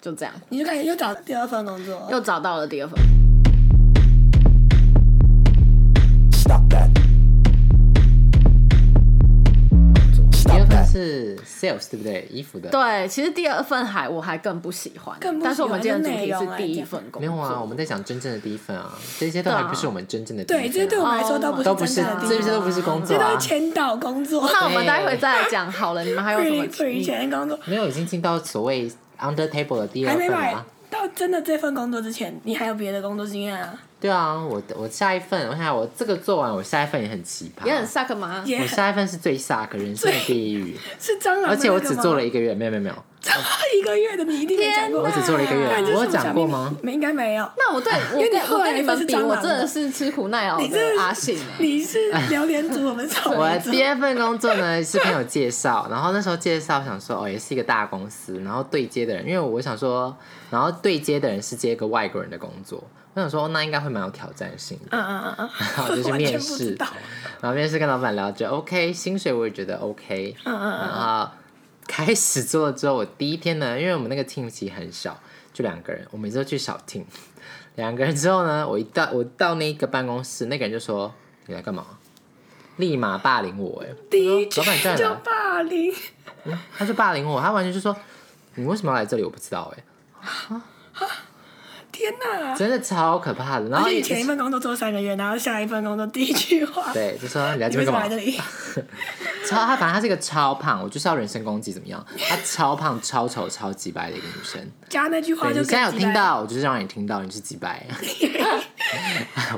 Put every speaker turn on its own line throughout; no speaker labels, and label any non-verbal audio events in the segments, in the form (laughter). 就这样，
你就开始又找第二份工作了。
又找到了第二份。
Stop that.
第二
Stop
份
that.
是 sales 对不对？衣服的。
对，其实第二份还我还更不喜欢，
更不喜欢
但是我们今天的主题
就内容
是
来
第一
讲
份工作。
没有啊，我们在讲真正的第一份啊，这些都
对啊
还不是我们真正的第一份啊、
对，这些对我们来
哦
说都不
都不
是
是，
真的
这
地
些
方，
都不是工作
啊这
啊
都。是前导工作，
那我们待会再来讲好了，你们
(laughs)
还有什么
pre pre 前工作，
没有，已经进到所谓 under table 的第二
还没
份了、
买
啊。
到真的这份工作之前，你还有别的工作经验啊？
对啊，我我下一份，我想我这个做完，我下一份也很奇葩。
也很 suck 吗？
也
我下一份是最 suck 人生的地狱，
是 (laughs) 蟑螂的那个吗，
而且我只做了一个月，没有没有没有，
一个月的，你一定没讲过。
我只做了一个
不然
月，
就是
我
什
有
么小
讲过
秘密
吗？？
没，应该没有。
那我对我
因为
跟
你后
我
来
跟你们比，
还是蟑螂
我
的
真的是吃苦耐劳
你这
的阿信欸。
你是榴莲组，我们草
(laughs) 我
莓
的
组。
第二份工作呢是朋友介绍，然后那时候介绍想说哦也是一个大公司，然后对接的人，因为我想说，然后对接的人是接一个外国人的工作，我想说、哦那应该会蛮有挑战性的，
嗯嗯嗯
然后就
嗯，
去
完全
面
(laughs) 不知
试
道。，
然后面试跟老板聊着 OK，薪水我也觉得 OK，
嗯嗯嗯，
然后开始做了之后，我第一天呢，因为我们那个 team 其实很小，就两个人，我每次都去小 team，两 (laughs) 个人之后呢，我一到我到那个办公室，那个人就说你来干嘛？立马霸凌我哎、
第一句
老板在
就
哪？
霸凌，
他就霸凌我，他完全就说你为什么要来这里？我不知道哎、
天哪！
真的超可怕的。然
啊而
后
且
一
你前一份工作做三个月，然后下一份工作第一句话，
对，就说你来
你
这
为
边
什
干
么
嘛
来这？里？
超她反正她是一个超胖，我就是要人身攻击怎么样？她超胖、超丑、超级白的一个女
(laughs)
生。
加那句话
对，
哦就
你现在有
更鸡
听
掰，
到，我就是让你听到，你是几百，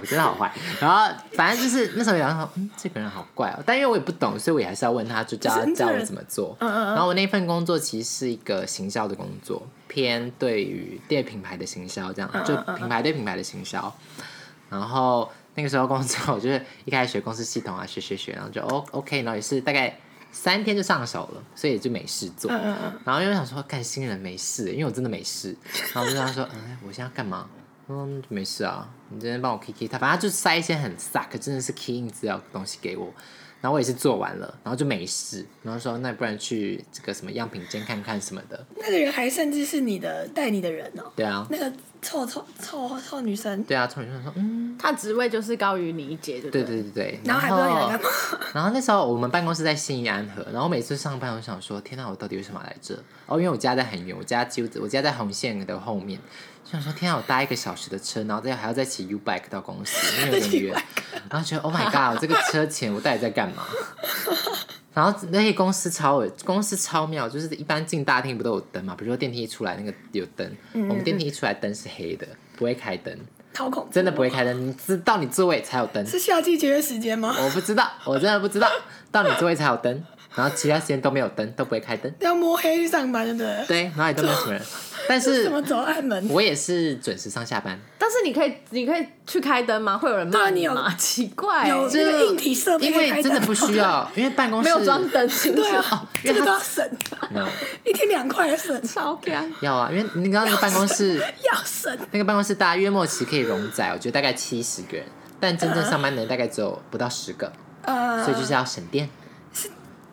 我真的好坏。然后反正就是那时候有人说，嗯，这个人好怪哦，但因为我也不懂，所以我也还是要问他，就教
不
他
是
教
那个
我
人
怎么做。
嗯
然后我那份工作其实是一个行销的工作，偏对于对品牌的行销，这样
嗯
就品牌对品牌的行销。然后那个时候工作，我就是一开始学公司系统啊，学学学，然后就 O OK，然后也是大概三天就上手了，所以也就没事做。
嗯嗯
然后因为想说，干新人没事，因为我真的没事。然后我就跟他说，嗯，我现在要干嘛？嗯，没事啊，你今天帮我 key key 他，反正他就塞一些很 suck，真的是 key in 资料的东西给我。然后我也是做完了，然后就没事，然后说那不然去这个什么样品间看看什么的，
嗯，那个人还甚至是你的带你的人哦，
对啊，
那个臭臭臭臭女生，
对啊，从女生说，嗯，
他职位就是高于你一截，对
对
不对
对对对，
然后还不知道你来干嘛，
然后那时候我们办公室在信义安和，然后每次上班我想说，天哪，我到底为什么要来这？哦，因为我家在很远，我家几乎我家在红线的后面，就想说天哪，啊我搭一个小时的车，然后再还要再骑 U bike 到公司，因为有点远， (laughs) 然后觉得 Oh my god，我这个车钱我到底在干嘛？ (laughs) 然后那些公司超恶公司超妙，就是一般进大厅不都有灯嘛？比如说电梯一出来那个有灯，我们电梯一出来灯是黑的，不会开灯，
好恐怖，
真的不会开灯，你知道你座位才有灯。
是夏季节约时间吗？
我不知道，我真的不知道。到你座位才有灯，然后其他时间都没有灯，都不会开灯。
要摸黑去上班，对不对？
对，哪里都没有什么
(laughs)
人。但
怎么
是
走暗门？
我也是准时上下班，
但是你可以，你可以去开灯吗？会有人
对
骂
啊你有
吗？奇怪欸，
有
就
这个硬体设备
因为真的不需要，
(laughs)
哦因为办公
没
室
有装灯，是不
对
是？
啊，这个都要省，
No，
一天两块要省，
超干。
要啊，因为你知道那个办公室， (laughs)
要省。
那个办公室大约末期可以容载，我觉得大概七十个人，但真正上班的人大概只有不到十个，
嗯
呃
所以，就是要省电。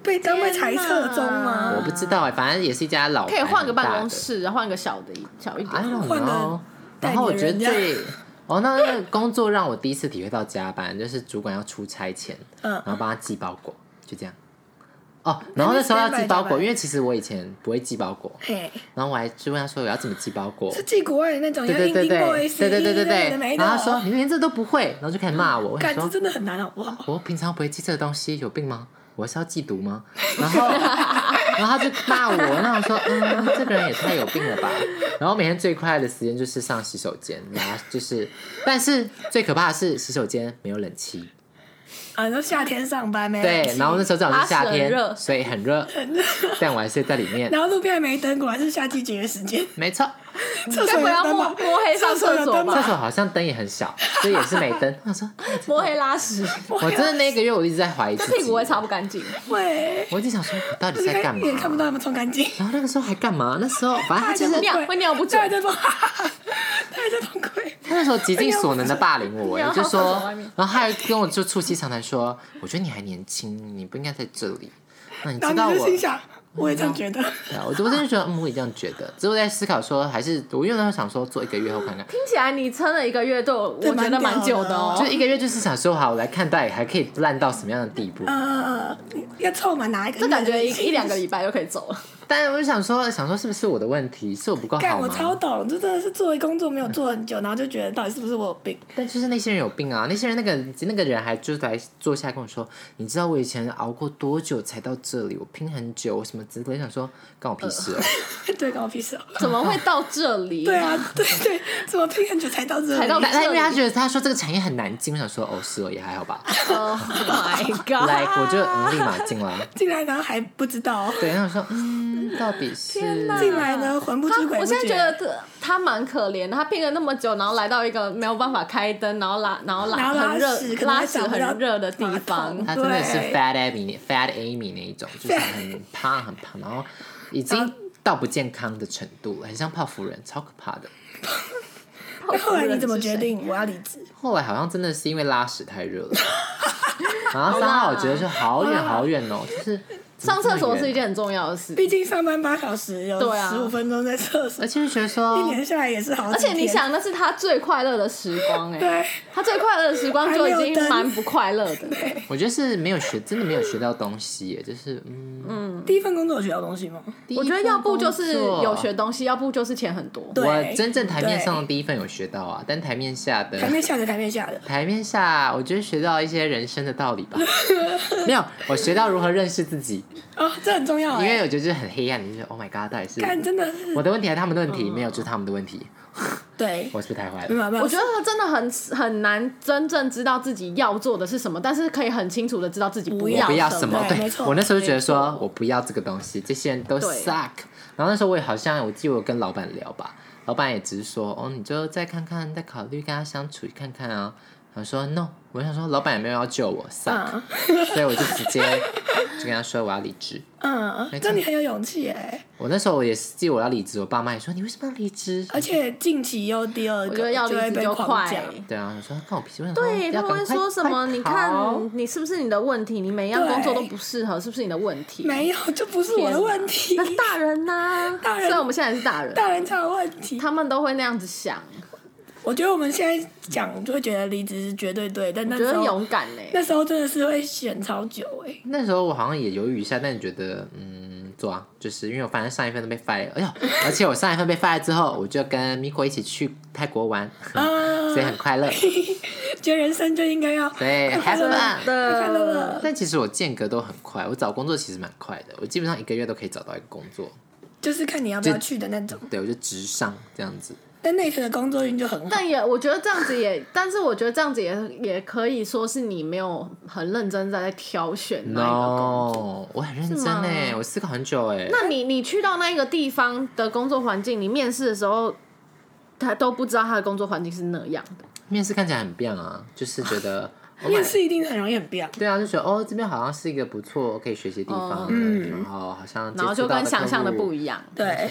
被单位裁撤中
天
我
哪
吗？
不知道哎、反正也是一家老牌
可以换个
很大的
办公室，然后换个小的一小一
I
点。
don't
(laughs) 换个
know。
代
然
理
后我
人这
觉得
样
最，哦，那那个工作让我第一次体会到加班，就是主管要出差前，
嗯
然后帮他寄包裹，就这样。哦，然后那时候要寄
那你
包
是 standby 加
裹，
班
因为其实我以前不会寄包裹，
嘿，
然后我还去问他说我要怎么寄包裹
是，寄国外的那种，
对
要
对
印
对对
invoice，
对对对对
有 E 的
对，
没
然后
的。
他说你连这都不会，然后就开始骂我，我想
感觉
说
真的很难，好不好？
我平常不会寄这个东西，有病吗？我是要寄毒吗？然后， (laughs) 然后他就骂我，那我说，嗯，这个人也太有病了吧。然后每天最快乐的时间就是上洗手间，然后就是，但是最可怕的是洗手间没有冷气，
啊，你说夏天上班没？
对。然后那时候正好是夏
拉屎很热
天，所以很热，但我还是在里面，
然后路边还没灯，果然是夏季节
(laughs)
约时间。
没错。
厕
该不
所有
会要
灯
摸
吧？
摸黑上厕所
厕
吧？
所好像灯也很小，所以也是没灯。我想说，
摸黑拉屎，
我真的那个月我一直在怀疑
这
自
屁
己，
股会擦
我
不干净。
喂，
一直想说，我到底
就是
(laughs) 在干
看
嘛
一？眼看不到他们冲干净。
然后那个时候还干嘛？那时候反正他就是
哎 (laughs)
尿会尿不
他还
准，
在崩，哈哈哈他还在崩溃。
他那时候极尽所能的霸凌
(laughs)
我，
哎呀
哎就
好
说
好好外面，
然后他还跟我就促膝长谈说，我觉得你还年轻，你不应该在这里。那你
然
(laughs) 知道
后你
我
就
嗯
心想，我也这样觉得。 (laughs)
对啊，我我真的觉得，嗯，我也这样觉得。之后在思考说，还是我因为那时候想说，做一个月后看看，
哦
听起来你撑了一个月，对我我觉得蛮久的
对
哦
就。一个月就是想说，好，我来看到底还可以烂到什么样的地步。
呃，要凑满哪一个？
这感觉一一两个礼拜就可以走 (laughs) 了。
但我就想说，想说是不是我的问题，是我不够
干
好
我超
吗？
懂，这真的是作为工作没有做很久，然后就觉得到底是不是我有病？ (laughs)
但就是那些人有病啊，那些人那个那个人还就是来坐下来跟我说，你知道我以前熬过多久才到这里，我拼很久，我什么之类的，想说干我屁事哦。
对，关我屁事哦。
怎么会到这里？
对啊，对对，怎么拼很久才到这里？
才到
但但因为他
这里
觉得他说这个产业很难进，我想说哦是哦也还好
(laughs)
吧，
，Oh (laughs) my
来
god！
我就、嗯立马进了。
进来然后还不知道，哦
对，然后说嗯到底是
天哪
进来呢魂不
他
知鬼
我
不
现在觉得
觉。
他他蛮可怜的，他拼了那么久，然后来到一个没有办法开灯，然后拉然后
然
拉
后拉
很热
屎可能
拉
还
屎
找不到
很热的地
马
方
桶，
他真的是
对
Fat Amy Fat Amy 那一种，就是很胖很胖，然后已
嗯
经到不健康的程度了，很像泡芙人，超可怕的。
那 (laughs) 后来你怎么决定我要离职？
后来好像真的是因为拉屎太热了，然后三号我觉得就好远好远哦，就是怎
(laughs) 上
么这么
厕所是一
远，
件很重要的事，
毕竟上班八小时，有
对啊
十五分钟在厕所
而，且就觉得
一
说
年下来也是好
而
几
且
天。
你想，那是他最快乐的时光哎、
对，啊
他最快乐的时光就已经蛮不快乐的。
我觉得是没有学，真的没有学到东西耶，就是嗯，
第一份工作有学到东西吗？
第一
我觉得
份
要不就是
工作
有学东西，要不就是钱很多。
对
我真正台面上的第一份有学到啊，但台面下的
台面下的台面下的，
台面下，我觉得学到一些人生的道理
(laughs)
吧。没有，我学到如何认识自己，
哦，这很重要
因
哎、
为我觉得这很黑暗，就是 Oh my God，到底是
干真的是
我的问题还是他们的问题？没有，就是他们的问题，
对，
我是不是太坏
没
了？
有没有，
我觉得他真的很很难真正知道自己要做的是什么，但是可以很清楚的知道自己
不
不
要
我不要
什
什么？
对没
对，
错
我那时候就觉得
没
说
错
我不要这个东西，这些人都
对
suck。然后那时候我也好像，我记得我跟老板聊吧，老板也只是说，哦，你就再看看，再考虑跟他相处看看啊。然后说 no，我想说老板也没有要救我 suck，、
啊
嗯
(laughs) 所以我就直接就跟他说我要离职。没
嗯，
错
这你很有勇气哎、
我那时候我也是记得我要离职，我爸妈也说你为什么要离职？
而且近期又第二
我
个，
觉得要离
就会
职
被
就
框架
快。
对啊，我说看我脾气，我想
对，
要
他
赶
们会
快
说什么？
快
你
逃
看，你是不是你的问题？你每一样
对
工作都不适合，是不是你的问题？
没有，这不是我的问题，
那是大人呐、
(laughs) 大人
虽然我们现在也是大人，
大人才有问题。
他们都会那样子想，
我觉得我们现在讲就会觉得离职是绝对对，但
我
那
觉
时
得
候
勇敢呢、
那时候真的是会选超久哎、
那时候我好像也犹豫一下，但觉得嗯，做啊，就是因为我反正上一份都被 fire，哎呦，而且我上一份被 fire 之后，我就跟 Miko 一起去泰国
(laughs)
玩，嗯
啊
所以很快乐，
觉得人生就应该要
对，have
(laughs)
乐
fun。
啊
快乐了，
但其实我间隔都很快，我找工作其实蛮快的，我基本上一个月都可以找到一个工作，
就是看你要不要去的那种。
对我就直上这样子。
但那次的工作运就很好，
但也我觉得这样子也，但是我觉得这样子也也可以说是你没有很认真在挑选那一个工作。
No，我很认真
吗
哎，我思考很久哎。
那你你去到那一个地方的工作环境，你面试的时候，他都不知道他的工作环境是那样的。
面试看起来很棒啊，就是
(laughs)
觉得 oh my
面试一定很容易很彪。
对啊，就觉得哦，这边好像是一个不错可以学习的地方，嗯，然后好像
然后就跟想象的不
样。
一样，
对，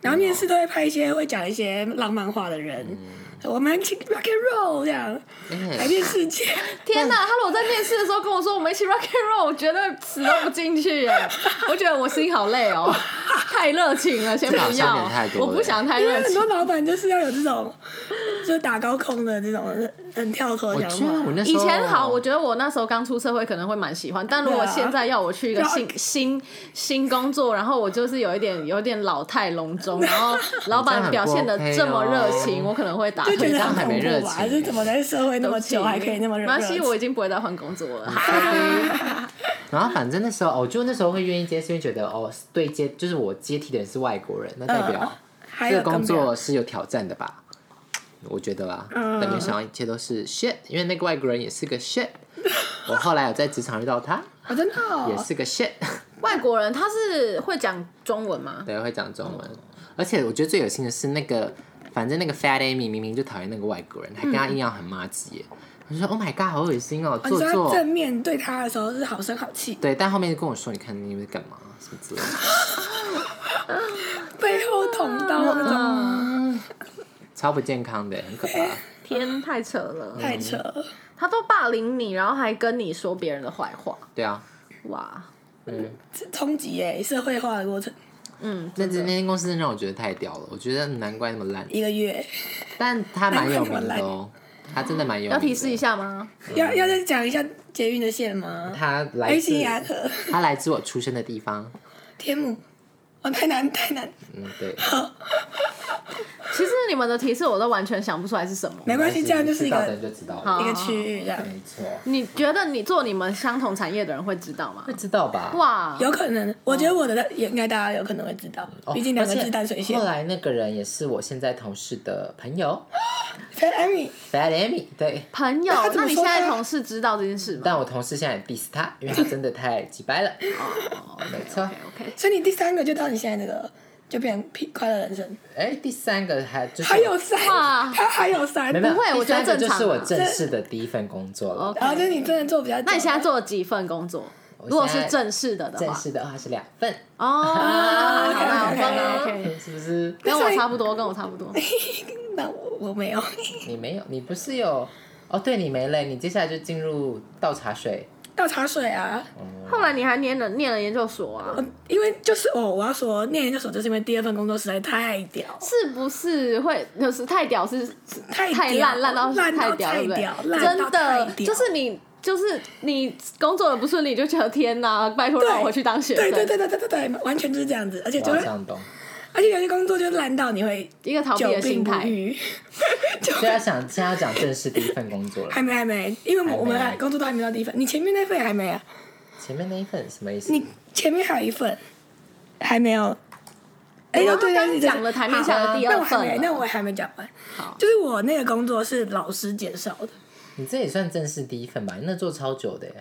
然后面试都会拍一些会讲一些浪漫话的人，
嗯
我们请 rock and roll 这样
哎
改变世
(laughs)
界。
天哪！他如果在面试的时候跟我说我们一起 rock and roll，我绝对死都不进去耶！我觉得我心好累
(laughs)
哦，太热情了，先不
这好像有
要
点太，多
我
了
不想太
因为
热
很
情
多。老板就是要有这种，就是打高空的这种很很跳脱
我
的
觉
想
得我
法。
那时
以
候
前好，我觉得我那时候刚出社会可能会蛮喜欢，但如果
对啊
现在要我去一个
然后
新新新工作，然后我就是有一点有点老态龙钟，然后老板表现的这么热情，我可能会打
就觉
退
得
堂
很
还没
恐
热
怖吧？
情
就怎么在社会那么久还可以那么
没
热热
关系，
情？
我已经不会再换工作了。
然后反正那时候，哦，就那时候会愿意接，是因为觉得哦，对接就是我接替的人是外国人，那代表
嗯哦还
这
有
个工
更不要
作是有挑战的吧？我觉得啦，
嗯
但没想到一切都是 shit，因为那个外国人也是个 shit。我后来有在职场遇到他，
哦，真的哦
也是个 shit。
(laughs)
(laughs)
外国人他是会讲中文吗？
对，会讲中文。而且我觉得最有心的是那个，反正那个 Fat Amy 明明就讨厌那个外国人，还跟他硬要很骂街。我就说 Oh my god，好恶心哦，
嗯哦
做
你说
作
他。正面对他的时候是好声好气，
对，但后面就跟我说，你看你们在干嘛什么之类的，
背后捅刀
嗯
那种，
超不健康的，很可
(laughs)
怕。
天，太扯了！
太扯了。
他都霸凌你，然后还跟你说别人的坏话，
对啊，
哇！
嗯，
冲击耶，社会化的过程，
嗯，
那那间公司真的让我觉得太屌了，我觉得难怪那么烂，
一个月。
但它蛮有名
难怪
的
那 (laughs)
哦，它真的蛮有名的。
要提示一，下吗？
要要再讲一下捷运的线吗？
它来
埃
自
西雅河、
它来自我出生的地方，
天母，哦，太难太难，
嗯，
(laughs)
对，
(laughs) 其实你们的提示我都完全想不出来是什么。
没关系，这样就是一
知道的人哦
个
就知道了，
好
一个区域这样，
没错，
你觉得你做你们相同产业的人会知道吗
会？知道吧？
哇，
有可能，我觉得我的也应该大家有可能会知道，
嗯哦
毕竟两个
而且
字淡水线
后。来那个人也是我现在同事的朋友
Fat Amy，
，Fat Amy，对。
朋友
那他，怎
那
么
你
说
现
呢
在同事知道这件事吗
但我同事现在也 diss 他，因为他真的太鸡掰了。
哦
哦没错。
？OK，
所以你第三个就到你现在这个，就变成快乐人生，
哎，第三个还就是
还有三，
哇
他还有三，
没有没有
不会我
第三
觉
个
得正
就
常啊
是我正式的第一份工作了，
OK
然后就是你真的做比较久，
那你现在做了几份工作？
我
如果
现
是
在
正式的的
正
话，
式的话是两份，哎
哦，好
(laughs)
啦，好
OK，OK，OK
棒啊！OK，
是不是？
跟我差不多，跟我差不多。
(laughs) 那我我没有， (laughs)
你没有，你不是有？哦，对你没嘞，你接下来就进入倒茶水。
倒茶水啊，
后来你还念了念了研究所啊？
我因为就是我我要说念研究所，就是因为第二份工作实在太屌，
是不是会就是太屌是是
太
太
屌
烂烂到
烂到
太屌，对不对
太屌？烂
真
到
的
太屌
就是你就是你工作的不顺利，就觉得天哪，拜托让我去当学生，
对对对对对对对，完全就是这样子，而且就
我
会
要，上东，
而且有些工作就是烂到你会
一个逃避
久
的心
病不
态。
愈，就
所以要想现在要讲正式第一份工作了
还。没还没，因为
还没
我我们还工作都还没到第一份，你前面那份也还没啊，
前面那一份什么意思？
你前面还有一份还没有。哎
我
呦，
刚
对，
刚
但是
讲了台面下的第
好
二
那我还
份
没，
了
那我还没讲完。
好
就是我那个工作是老师介绍的，
你这也算正式第一份吧？你那做超久的耶。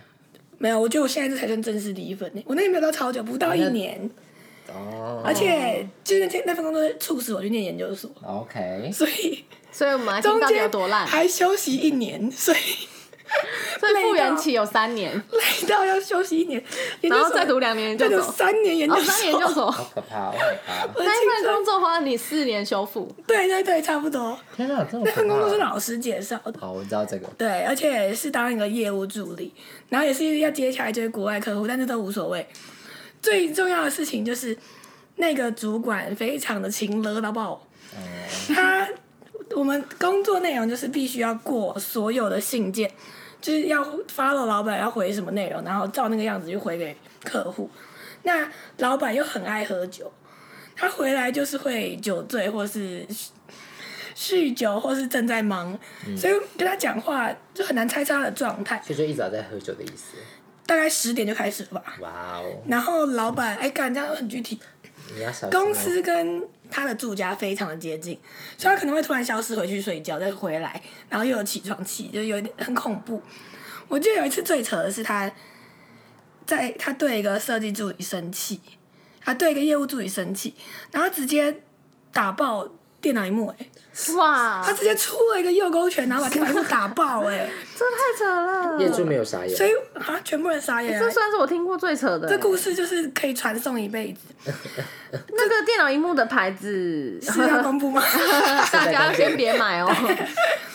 没有，我觉得我现在这才算正式第一份呢。我那也没有到超久，不到一年，
哦。
而且就是那天那份工作促使我去念研究所， (laughs)
OK，
所以
所以我们来听
中
到底有
间
多烂，
还休息一年，所以
所以复
累到
原期有三年，
累到要休息一年，研究
然
所
后再读两年
再
就
读
走，
三年研究
哦，
所，
三年就
(laughs)
走。
好可怕，好可怕！
我的青
那一份
春
工作花了你四年修复，
对对对，差不多。
天哪，这么
那
可
份工作是
怕！
老师介绍的，
好，我知道这个。
对，而且是当一个业务助理，然后也是要接洽一堆国外客户，但是都无所谓。最重要的事情就是那个主管非常的勤了到爆，他我们工作内容就是必须要过所有的信件，就是要 follow 老板要回什么内容，然后照那个样子就回给客户。那老板又很爱喝酒，他回来就是会酒醉或是酗酗酒或是正在忙，所以跟他讲话就很难猜测他的状态。
所以就一早在喝酒的意思。
大概十点就开始了吧。
哇哦，
然后老板哎，干这样很具体。
你要小心哦。
公司跟他的住家非常的接近，所以他可能会突然消失回去睡觉，再回来，然后又有起床气，就有点很恐怖。我记得有一次最扯的是他在他对一个设计助理生气，他对一个业务助理生气，然后直接打爆电脑荧幕、哎，
哇，
他直接出了一个右勾拳，然后把电脑荧幕打爆、
(laughs)
哎，
这太扯了。
业主没有傻眼，
所以啊，全部人傻眼、
这
啊。
算是我听过最扯的欸。
这故事就是可以传颂一辈子，
那个电脑荧幕的牌子，
是啊要公布吗？
(laughs) 大家先别买
(laughs)
哦。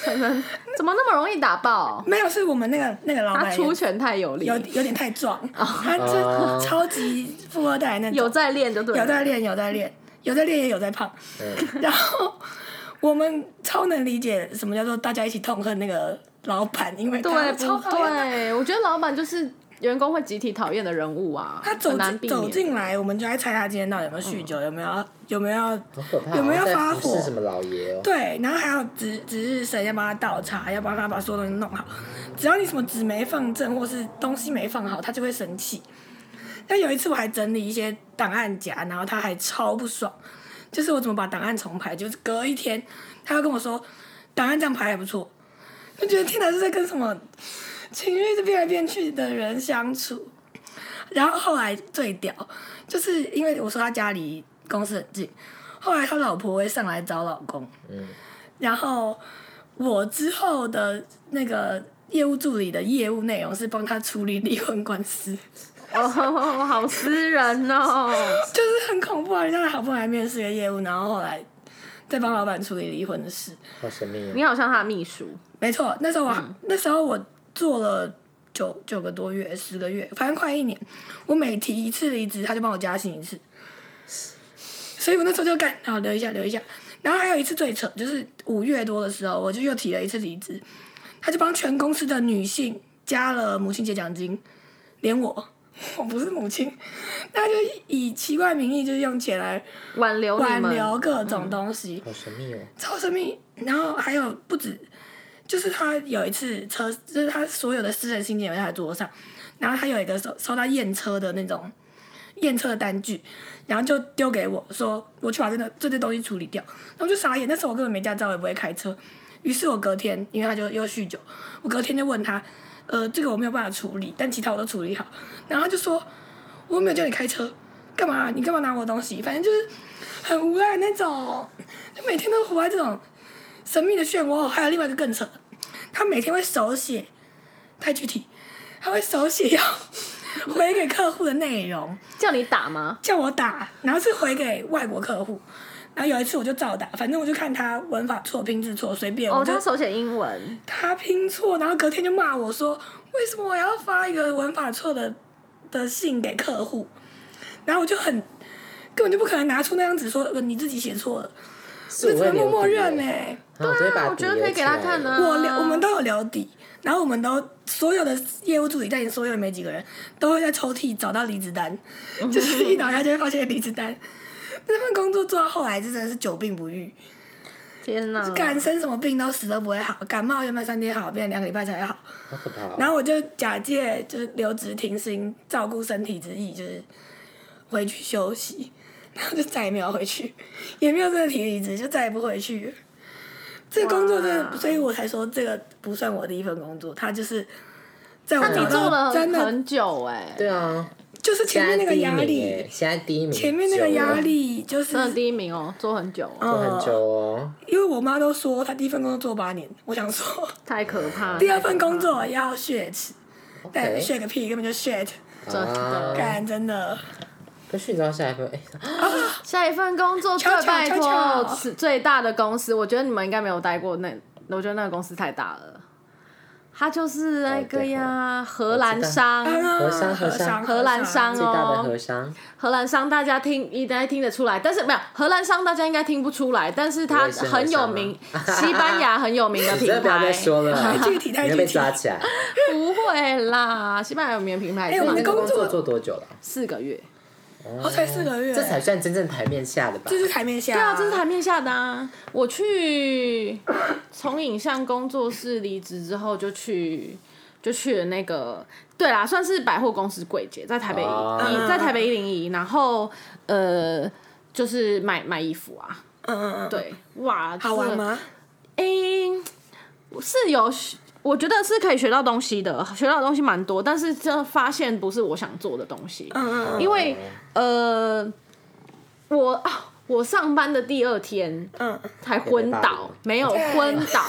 可能 (laughs) 怎么那么容易打爆？
没有，是我们那个那个老板
他
也
出拳太有力哦
有，有点太壮，他就超级富二代那种，
有在练就对
有
了。
在练，有在练，有在练也有在胖。
嗯
(laughs) 然后我们超能理解什么叫做大家一起痛恨那个老板，因为
对
他
不
哎超讨厌他
对？我觉得老板就是员工会集体讨厌的人物啊，
他走
很难
进
避
走
免。
进来，我们就在猜他今天到底有没有酗酒，有没有要有没有要
好可怕哦。
有没有要
在
发
服
火
侍什么老爷哦？
对，然后还有值值日生要帮他倒茶，要帮他把所有东西弄好。只要你什么纸没放正或是东西没放好，他就会生气。但有一次我还整理一些档案夹，然后他还超不爽，就是我怎么把档案重排，就是隔一天他又跟我说档案这样排还不错，就觉得天哪是在跟什么情绪是变来变去的人相处。然后后来最屌，就是因为我说他家离公司很近，后来他老婆会上来找老公，
嗯
然后我之后的那个业务助理的业务内容是帮他处理离婚官司， (laughs)
哦，好私人哦。
就是很恐怖啊！人家好不容易来面试个业务，然后后来再帮老板处理离婚的事。
好神秘哦。
你好像他的秘书，嗯
没错，那时候我、那时候我做了九九个多月、十个月，反正快一年。我每提一次离职，他就帮我加薪一次，所以我那时候就干，好留一下，留一下。然后还有一次最扯，就是五月多的时候，我就又提了一次离职，他就帮全公司的女性加了母亲节奖金，连我，我不是母亲，那就以奇怪名义就是用钱来
挽留你
挽
们，嗯
留各种东西。
好神秘哦。
超生命，然后还有不止，就是他有一次车，就是他所有的私人信件有在他的桌上，然后他有一个收收到验车的那种验车的单据，然后就丢给我说，我去把这个这些东西处理掉，然后我就傻眼，那时候我根本没驾照，也不会开车，于是我隔天，因为他就又酗酒，我隔天就问他，呃，这个我没有办法处理，但其他我都处理好，然后他就说，我没有叫你开车，干嘛、你干嘛拿我的东西？反正就是很无赖那种，就每天都活在这种神秘的漩涡。还有另外一个更扯，他每天会手写，太具体，他会手写要回给客户的内容，
叫你打吗？
叫我打，然后是回给外国客户。然后有一次我就照打，反正我就看他文法错、拼字错，随便。
哦，
我就
他手写英文，
他拼错，然后隔天就骂我说，为什么我要发一个文法错的的信给客户？然后我就很根本就不可能拿出那张纸说、呃你自己写错了，我
是
就只能默默认欸呢、
哎、对
对啊我觉得可以给他看啊
我留我们都有留底，然后我们都所有的业务助理，但所有也没几个人，都会在抽屉找到离职单，就是一打开就会发现离职单。那份工作做到后来，真的是久病不愈，
天哪！
干生什么病都死都不会好，感冒原本三天好，变成两个礼拜才好。
好可怕哦、
然后我就假借就是留职停薪、照顾身体之意，就是回去休息，然后就再也没有回去，也没有真的提离职，就再也不回去了。这个工作真的，
哇
所以我才说这个不算我第一份工作，它就是在我
那你
找
做
到
了
真的
很久哎，
对啊，
就是前面那个压
现在第一名
力
哎，现在第一名，
前面那个压力就是
欸真的第一名哦，做很久哦，
嗯
久了，做很久哦，
因为我妈都说她第一份工作做八年，我想说 (laughs)
太可怕了。
第二份工作要 shit，但
OK
shit 个屁，根本就 shit，
真的
啊
干真的。
可是你知道下一份，哎、
下一份工作最
悄悄
拜
悄悄
托此最大的公司，我觉得你们应该没有待过那，我觉得那个公司太大了。它就是那个呀，荷兰商，
和商和商
荷兰商
最大的
哦
和，商，
荷兰商大家听应该听得出来，但是没有荷兰商大家应该听不出来，但是
我
它
也是
很有
(laughs)
名，西班牙很有名的
你
品
真的啊 (laughs) 不
牌
要再，说了，啊
太具体太具体
你会被抓起来。
不会啦，西班牙有名的品牌，
哎我
是
们
那
吗
个
工
工
作
作做多久了？
四个月，
哦，才四个月，
这才算真正台面下的吧
这？是台面下，
对啊，这是台面下的啊。我去从影像工作室离职之后，就去就去了那个，对啦，算是百货公司柜姐，在台北一、
哦
一在台北一零一，然后呃，就是买买衣服啊，
嗯嗯嗯，
对，哇，
好玩
这
吗？
诶、是有学，我觉得是可以学到东西的，学到的东西蛮多，但是真的发现不是我想做的东西。
嗯嗯
因为呃，我啊，我上班的第二天
嗯嗯，
才昏倒，没有
对
昏倒，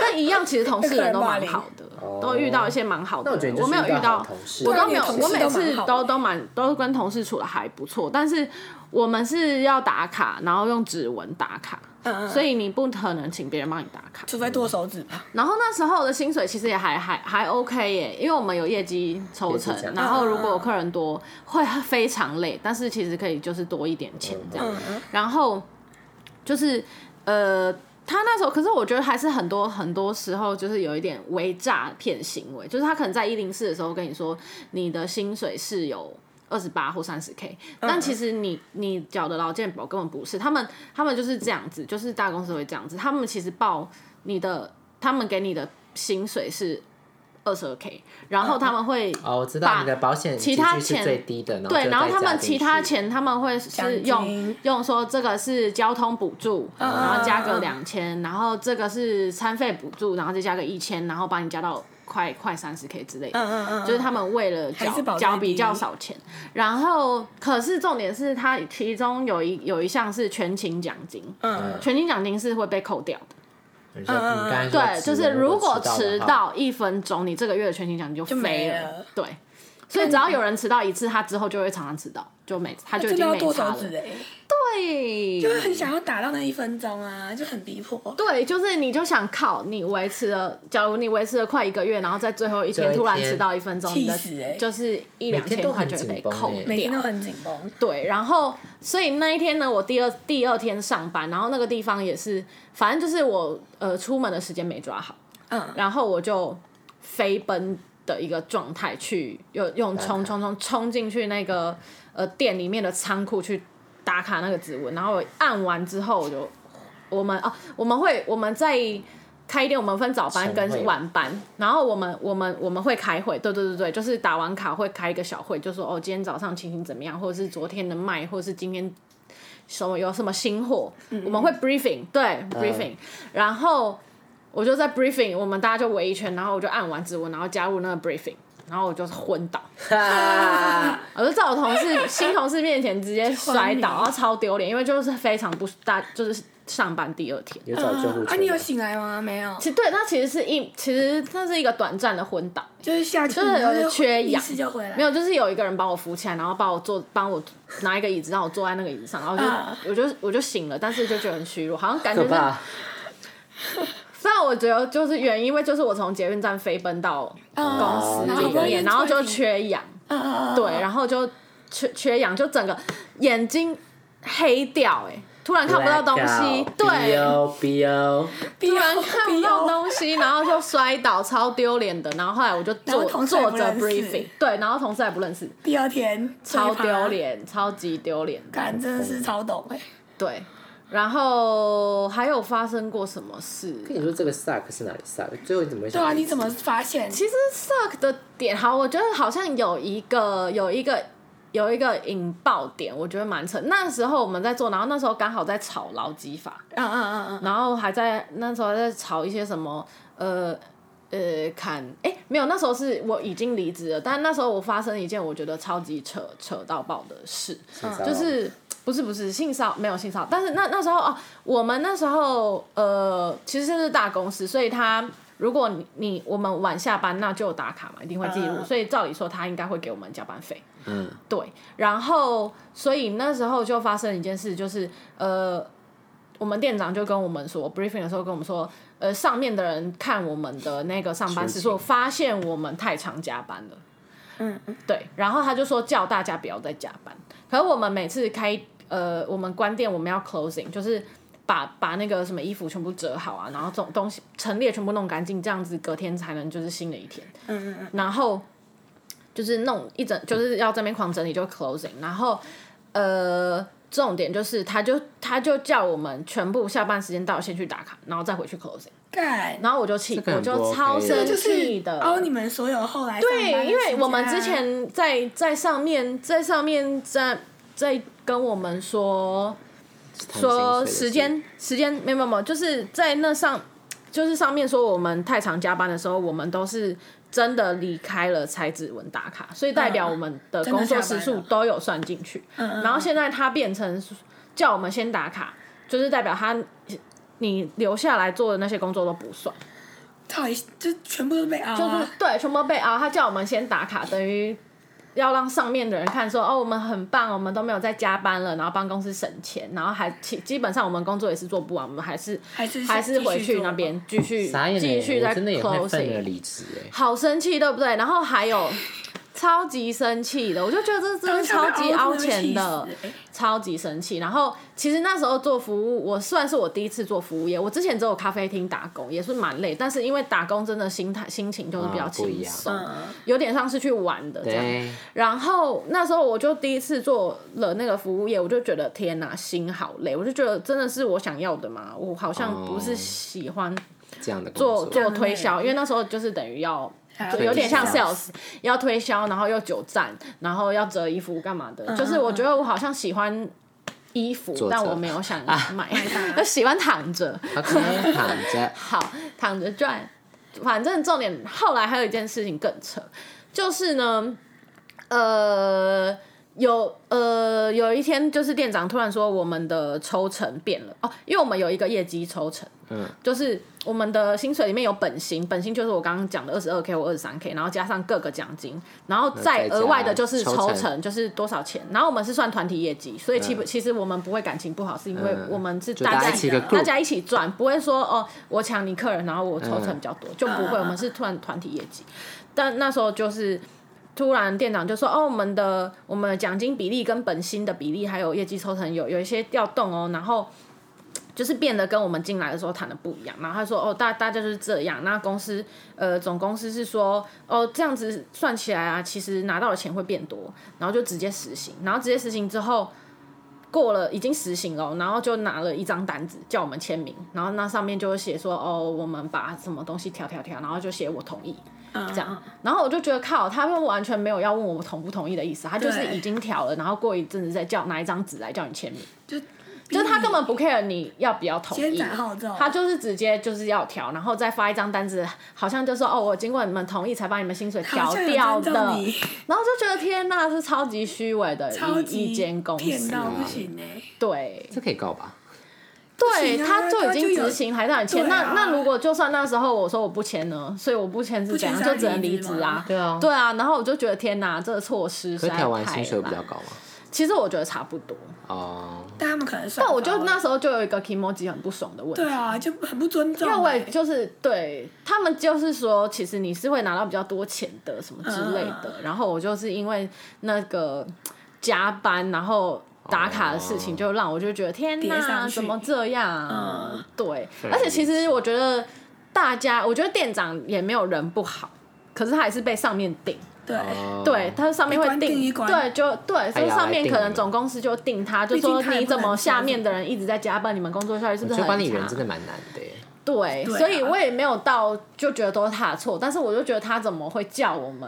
但一样其实同事人都蛮好的
哦，
都遇到一些蛮好的
那我觉得
人，
你就是
没有
遇到
遇到
好同事
我都没有，
对你的
我
同事
每
都
次
蛮好的
都都蛮都跟同事处的还不错，但是我们是要打卡，然后用指纹打卡。
嗯嗯
所以你不可能请别人帮你打卡，
除非剁手指吧，
然后那时候的薪水其实也还还还 OK 耶，因为我们有业绩抽成
业绩奖，
然后如果有客人多会非常累，但是其实可以就是多一点钱这样。
嗯嗯，
然后就是呃，他那时候，可是我觉得还是很多很多时候就是有一点微诈骗行为，就是他可能在一零四的时候跟你说你的薪水是有。二十八或三十 K，但
嗯
其实你你缴的劳健保根本不是，他们他们就是这样子，就是大公司会这样子，他们其实报你的，他们给你的薪水是二十二 K，然
嗯
后他们会
哦，我知
把
道你的保险
其他
几率
钱
是最低的，
对，然后
就
他
再加
们
进
其他
去
钱他们会
奖
是
金嗯
用用说这个是交通补助，然后加个两千，然后这个是餐费补助，然后再加个一千，然后把你加到快快三十 K 之类的。
嗯嗯嗯
就是他们为了
还是保
缴
最
缴比
低
较少钱，然后可是重点是他其中有一有一项是全勤奖金，
嗯
全勤奖金是会被扣掉的。
你说你刚才说
嗯对，
指
就
纹
是如
如
果
果
迟
迟到的话，
到一分钟，你这个月的全勤奖金就
就没
飞
了
对，所以只要有人迟到一次，他之后就会常常迟到，就每他就已
真的
经
要
没
剁
差
手
了。
指哎、
对，
就是很想要打到那一分钟啊，就很逼迫。
对，就是你就想靠你维持了，假如你维持了快一个月，然后在最后一
最后
天
一
突然
天
迟到一分钟，
气
你的
死欸
就是一两
天
千
都
块
很
就会
紧
被
绷
扣
欸
每天
掉
都。很紧绷，
对，然后所以那一天呢，我第二第二天上班，然后那个地方也是，反正就是我呃出门的时间没抓好，
嗯，
然后我就飞奔的一个状态去，用用冲冲冲冲进去那个呃店里面的仓库去打卡那个指纹，然后我按完之后我就我们哦我们会我们在。开店我们分早班
晨会
跟晚班，然后我们我们我们会开会，对对对对，就是打完卡会开一个小会，就说哦今天早上情形怎么样，或者是昨天的卖，或者是今天什么有什么新货，
嗯
我们会 briefing 对 briefing，、然后我就在 briefing，我们大家就围一圈，然后我就按完指纹，然后加入那个 briefing，然后我就是昏倒，
哈
(laughs) 我就在我同事新同事面前直接摔倒，
荒
然
谬
后超丢脸，因为就是非常不大，就是上班第二天。
有找救护
啊，
车
你有
吗。
醒来吗？没有，
其实对，那其实是一，其实那是一个短暂的昏倒，
就是下去，
就是
然后
缺
意
氧
识就回来，
没有，就是有一个人把我扶起来，然后把我坐，帮我拿一个椅子让我坐在那个椅子上，然后就、
啊
我就我就醒了，但是就觉得很虚弱，好像感觉
可
是
怕！
虽然我觉得就是原因，因为就是我从捷运站飞奔到公
公
哦然
司
后
里
就
面，然后就，缺氧，
哦
嗯
对，然后就缺缺氧，就整个眼睛黑掉、哎，突然看不到东西，对，
，BO BO，
突
突然看不到东西，然后就摔倒，超丢脸的。然后后来我就
然后
坐
同事也
坐
不
着
认识
briefing，对，然后同事也不认识，
第二天
超丢，脸，嗯超级丢脸，
最怕干真的是超懂哎、
对。然后还有发生过什么事？
跟你说这个 suck 是哪里 suck？最后你怎么会
对
想？
啊，你怎么发现？
其实 suck 的点，好，我觉得好像有一个有一个有一个引爆点，我觉得蛮扯。那时候我们在做，然后那时候刚好在炒劳基法，
嗯嗯嗯嗯，
然后还在那时候还在炒一些什么呃呃砍，哎、没有，那时候是我已经离职了，但那时候我发生一件我觉得超级扯扯到爆的事，
性骚扰
嗯就是不是不是性骚没有性骚扰，但是那那时候哦，我们那时候呃其实是大公司，所以他如果你你我们晚下班，那就有打卡嘛，一定会记录，
嗯
所以照理说他应该会给我们加班费。
嗯，
对，然后所以那时候就发生一件事，就是呃，我们店长就跟我们说，briefing 的时候跟我们说，呃，上面的人看我们的那个上班时
心
数，
情
发现我们太常加班了。
嗯嗯，
对，然后他就说叫大家不要再加班。可是我们每次开呃，我们关店我们要 closing，就是把把那个什么衣服全部折好啊，然后这种东西陈列全部弄干净，这样子隔天才能就是新的一天。嗯嗯嗯。然后就是弄一整，就是要这边狂整理就 closing，然后呃。重点就是，他就他就叫我们全部下班时间到先去打卡，然后再回去 closing，
干，
然后我就气，
个很
我
不
就
OK
超
耶
生
就是
气的。
哦，你们所有后来上班
对，
的
因为我们
时
之
间啊
前在在上面在上面在在跟我们说说时间时间没有没有没有，就是在那上就是上面说我们太常加班的时候，我们都是真的离开了才指纹打卡，所以代表我们的
真的
工作
下班
时数
了
都有算进去。然后现在他变成叫我们先打卡，就是代表他你留下来做的那些工作都不算。
到底就全部都被熬
就是
啊，
对，全部被熬，他叫我们先打卡，等于要让上面的人看说，哦，我们很棒，我们都没有在加班了，然后帮公司省钱，然后还基基本上我们工作也是做不完，我们还是
还是
还是回
继续
去
做
那边继续
傻眼
继续
欸，我
在
真的也会愤而
closing，
离职哎。
好生气，对不对？然后还有超级生气的，我就觉得这真的
当下
超
被
级
熬
凹
真的会
钱
气
的
死。欸
超级生气。然后其实那时候做服务，我算是我第一次做服务业，我之前只有咖啡厅打工，也是蛮累，但是因为打工真的心态心情就是比较
啊不一
轻
样
松，
嗯
有点像是去玩的这样。
对，
然后那时候我就第一次做了那个服务业，我就觉得天哪，心好累，我就觉得真的是我想要的吗？我好像不
哦
是喜欢
这样的工
做
作
做推销，因为那时候就是等于要
还要
就有点像
推销
sales，要推销，然后又久站，然后要折衣服干嘛的，就是我觉得我好像喜欢衣服
坐，着啊
但我没有想买，啊
它
(laughs) 就喜欢躺着，
他可能躺
(laughs)
着
好躺着赚。反正重点，后来还有一件事情更扯，就是呢，呃，有呃，有一天就是店长突然说我们的抽成变了哦，因为我们有一个业绩抽成，
嗯，
就是我们的薪水里面有本薪，本薪就是我刚刚讲的二十二 k 或二十三 k，然后加上各个奖金，然后再
再加
额外的就是
抽
抽
成
成，就是多少钱。然后我们是算团体业绩，所以其、
嗯
其实我们不会感情不好，是因为
嗯
呃我们是
就
大
大
家
家一起一个 group
大家一起赚，不会说哦我抢你客人，然后我抽成
嗯
比较多，就不会，我们是团团体业绩。但那时候就是。突然店长就说：“哦，我们的我们的奖金比例跟本薪的比例，还有业绩抽成有有一些调动哦，然后就是变得跟我们进来的时候谈的不一样。”然后他说：“哦，大大家就是这样。”那公司呃总公司是说：“哦，这样子算起来啊，其实拿到的钱会变多。”然后就直接实行，然后直接实行之后。过了已经实行了，然后就拿了一张单子叫我们签名，然后那上面就会写说哦，我们把什么东西调调调，然后就写我同意，这样，然后我就觉得靠，他们完全没有要问我同不同意的意思，他就是
对
已经调了，然后过一阵子再叫拿一张纸来叫你签名，
就
就是他根本不 care 你要不要同
先
意
斩后奏，
他就是直接就是要调，然后再发一张单子，好像就说哦，我经过你们同意才把你们薪水调
好像有
掉
尊
的，
重你
然后就觉得天呐，是超级虚伪的
超
一
级
一间公
骗
司，
到不行哎、
对，
这可以告吧？
对，
行啊
他就
他
已经
就有
执行，还让你签。
对啊
那那如果就算那时候我说我不签呢，所以我不签是怎样，
不签
就是只能离
要离
职
职
啊
吗。
对啊
对啊。然后我就觉得天哪，这个措施
可
是
是调完薪水比较
高。
高嘛？
其实我觉得差不多，
哦，
但他们可能算
但
高
我
了，
就那时候就有一个 k i m o j i 很不爽的问题
对。啊，就很不尊重、
因
欸。
为我也就是对他们就是说，其实你是会拿到比较多钱的什么之类的。
嗯
然后我就是因为那个加班，然后打卡的事情，
哦
就让我就觉得天
叠
哪，
上去
怎么这样？
嗯
对，
对
而且其实我觉得大家，我觉得店长也没有人不好。可是他还是被上面定，
对，
哦
对，他上面会
一关定一关
对，就对，所以
哎呀
上面
来定
可能
了
总公司就定他，就
毕竟
说
他也
你
不
怎么
能
下
说
面的人一直在加班，你们工作效率是
我
不是
觉
很
得管理
差
人真的蛮难的耶。
对，
对啊
所以我也没有到就觉得都是他的错，但是我就觉得他怎么会叫我们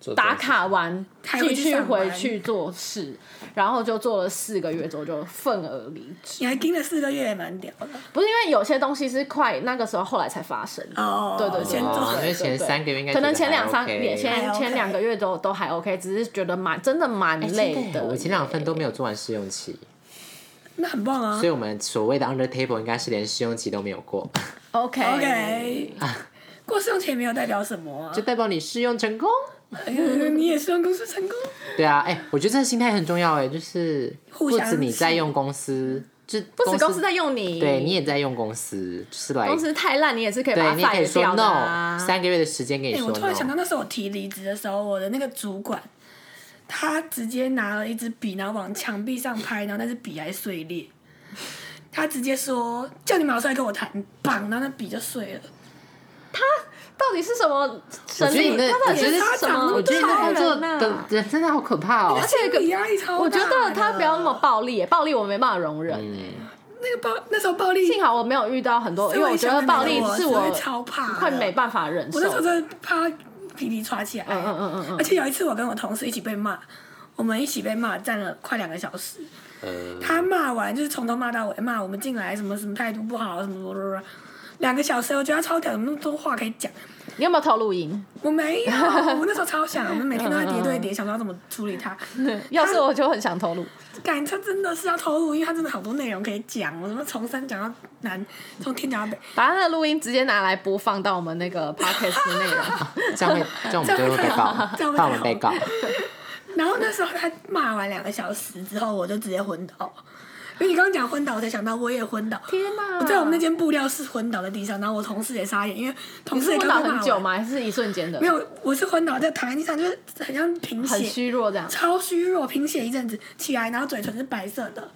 做这种
打
事
卡完
还
继
会去
续
上班
回去做事，然后就做了四个月之后就愤而离职。
你还盯了四个月也蛮屌的
不是因为有些东西是快那个时候后来才发生的，
哦。
对对对
先
哦
做
因为前
对对
三个月应该
可能
觉
前
得还
两三
OK
也前
还 OK
前两个月都都还 OK，只是觉得蛮真的蛮
哎真
累
的
的。
我前两份都没有做完试用期，
那很棒啊
所以。我们所谓的 under table 应该是连试用期都没有过，
啊 OK
OK，
(laughs)
过试用期也没有代表什么啊
就，代表你试用成功。
哎呀你也试用公司成功，
对啊，哎、我觉得这个心态很重要，哎，就是
互
不
相
止你在
信
用公司，就
不止公司在用你，
对你也在用公司，就是来
公司太烂，你也是可以把
对，
它
你也可以
fire
说
掉的
no，
啊。
三个月的时间给你
哎、
说
我突然想到
no。
那时候我提离职的时候，我的那个主管，他直接拿了一支笔，然后往墙壁上拍，然后那支笔还碎裂。他直接说：“叫你马上来跟我谈，绑，然后那笔就碎了。
到底是什么
我
神
觉得
力？
你的，
他到
我
底
觉得
是
他
什
长
么？
得
我觉得你的
超
工作的
啊！
人真的好可怕哦。
且
那笔压力超大的
我觉得他不要那么暴力，暴力我没办法容忍。
嗯
那个暴，那时候暴力，
幸好我没有遇到很多，因为我觉得暴力是
是
我
超怕的，
快没办法忍受
我那时。候真的怕皮皮抓起来。
嗯嗯嗯嗯
而且有一次我跟我同事一起被骂，我们一起被骂，站了快两个小时。
呃，
他骂完就是从头骂到尾，骂我们进来什么什么态度不好，什么什么什么，两个小时，我觉得他超屌，有那么多话可以讲。
你有没有偷录音？
我没
(laughs)
有，我那时候超想，我们每天都在叠对叠，想要怎么处理
(laughs)
他。
要是我就很想偷录。
感觉他真的是要投入，因为他真的好多内容可以讲，我什么从山讲到南，从天讲到北，
把他的录音直接拿来播放到我们那 (laughs) 个 podcast 的内容。
这样会，这样我们就会被告
这样，会
怕我们被告。
然后那时候他骂完两个小时之后，我就直接昏倒。因为你刚刚讲昏倒，我才想到我也昏倒。
天啊哪！ (laughs)
我在我们那间布料室昏倒在地上，然后我同事也傻眼，因为同
你
事
是
也
昏倒
刚刚
很
骂完
久？吗？还是一瞬间的？
没，有，我是昏倒在躺在地上，就是很像贫
很
血，
虚弱这样。
超虚弱，贫血一阵子，起来然后嘴唇是白色的，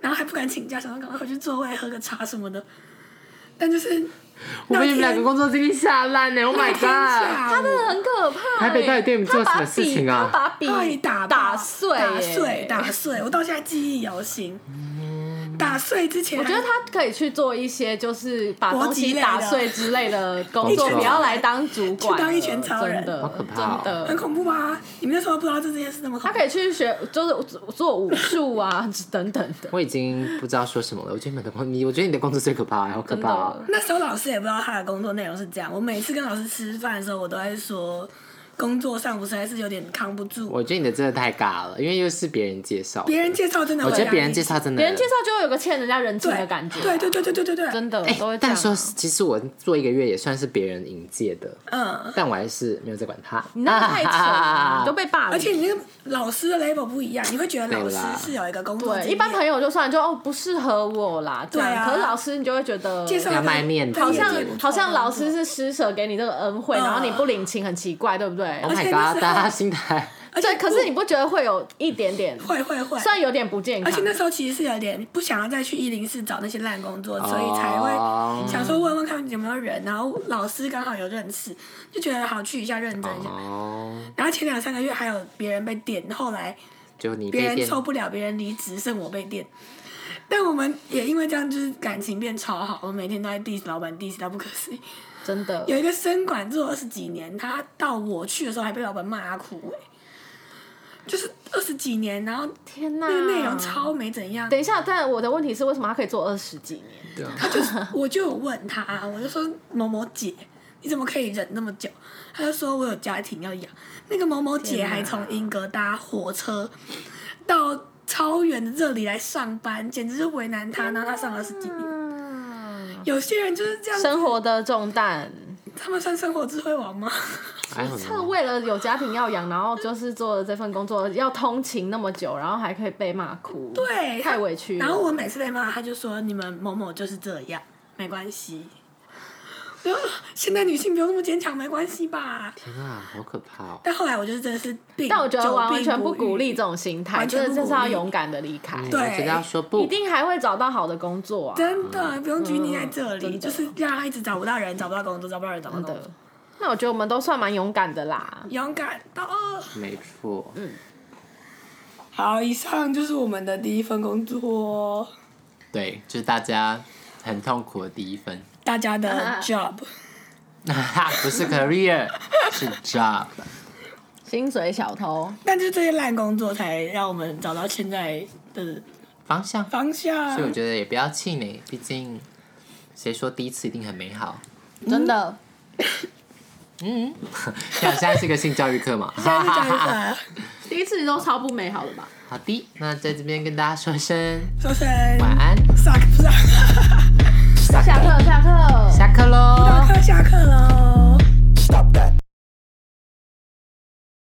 然后还不敢请假，想要赶快回去座位喝个茶什么的。但就是
我
那
被你
天
们两个工作经历吓烂呢！Oh my
(laughs) 天下
god！
午
他真的很可怕欸。
台北到底对你们做了什么事情啊
他把笔他把
被
笔
哎打爆
打碎欸，
打碎，打碎，我到现在记忆犹新。打碎之前
我
还，
觉得他可以去做一些，就是把东西打碎之类的工
一 (laughs)
作，
拳
不要来当主管了，
去当一拳超人
真的，
好可怕哦
真的
很。恐怖吧？你们那时候不知道这件事那么恐
他
怖，
可以去学，就是做武术啊 (laughs) 等等
(laughs)
的，
我已经不知道说什么了。我觉得你们的工，你我觉得你的工作最可怕，好可
真
怕哦
的。
那时候老师也不知道他的工作内容是这样。我每次跟老师吃饭的时候，我都在说，工作上，我实在是有点扛不住。啊
我觉得你的真的太尬了，因为又是别人介绍的，
别人介绍真的
我
会
觉得别人
压力
介绍真的，
别人介绍就会有个欠人家人情
对
的感觉，啊
对对对对对对对，
真的
哎、
都会这样啊。
但说实其实我做一个月也算是别人引介的，
嗯，
但我还是没有在管他。
你那个太丑
(laughs)
了，你都被霸
而且
凌。
你那个老师的 level 不一样，你会觉得老
对啦
师是有一个工作经
对，
验
一般朋友就算就哦不适合我啦，这
对
样。
啊
可是老师你就会觉得
介绍
要卖面子
好
一点
像好像老师是施舍给你这个恩惠，
嗯
然后你不领情，很奇怪，对不对？
而
Oh my
且那时
god！
候
大家
(laughs)
心态，
而且
对，可是你不觉得会有一点点，
会会会，
虽然有点不健
而
康
且，那时候其实是有点不想要再去一零四找那些烂工作，所以才
哦
会想说问问看有没有人，然后老师刚好有认识，就觉得好去一下认真一下。
哦，
然后前两三个月还有别人被电，后来
就你
别
被
人
电，
受不了，别人离职，剩我被电。但我们也因为这样，就是感情变超好。我们每天都在 diss 老板，diss 到不可思议。
真的
有一个生管做二十几年，他到我去的时候还被老板骂哭、欸，就是二十几年，然后
天哪，
那个内容超没怎样。
等一下，但我的问题是，为什么他可以做二十几年？
啊
我就有问他，啊我就说某某姐，你怎么可以忍那么久？他就说我有家庭要养。那个某某姐还从英格搭火车到超远的这里来上班，简直是为难他。然后他上了十几年。
嗯，
有些人就是这样，
生活的重担，
他们算生活智慧王吗？ (laughs)
哎呦
他为了有家庭要养，然后就是做了这份工作，要通勤那么久，然后还可以被骂哭，
对，
太委屈了。
然后我每次被骂，他就说你们某某就是这样，没关系。 (laughs) 我就说现在女性不用那么坚强，没关系吧？
天啊，好可怕哦！
但后来我就是真的是病，
但我觉得完完全
久病
不
愈
鼓励这种心态，
完全
真
不
的就是
鼓
要
励
勇敢的离开，
嗯
对
我觉得要说
一
不，
定还会找到好的工作啊，
真的不用拘泥在这
真
里，
的
就是让他一直找不到人，找不到工作，找不到人，找不到
真
工
的
作。。
那我觉得我们都算蛮勇敢的啦，
勇敢到哦！
没错，
嗯
好，以上就是我们的第一份工作，
对，就是大家很痛苦的第一份，
大家的 job，
不是 career，是 job。
薪水小偷。
但就是这些烂工作才让我们找到现在的
方向。
方向
所以。我觉得也不要气馁，毕竟谁说第一次一定很美好？
真的，
嗯
像 (laughs) 现在是一个性教育课嘛。
但是啊这样子，
第一次都超不美好的吧？
好的，那在这边跟大家说声
说声
晚安。
suck 不是。
Stop
下
that.
课，下课。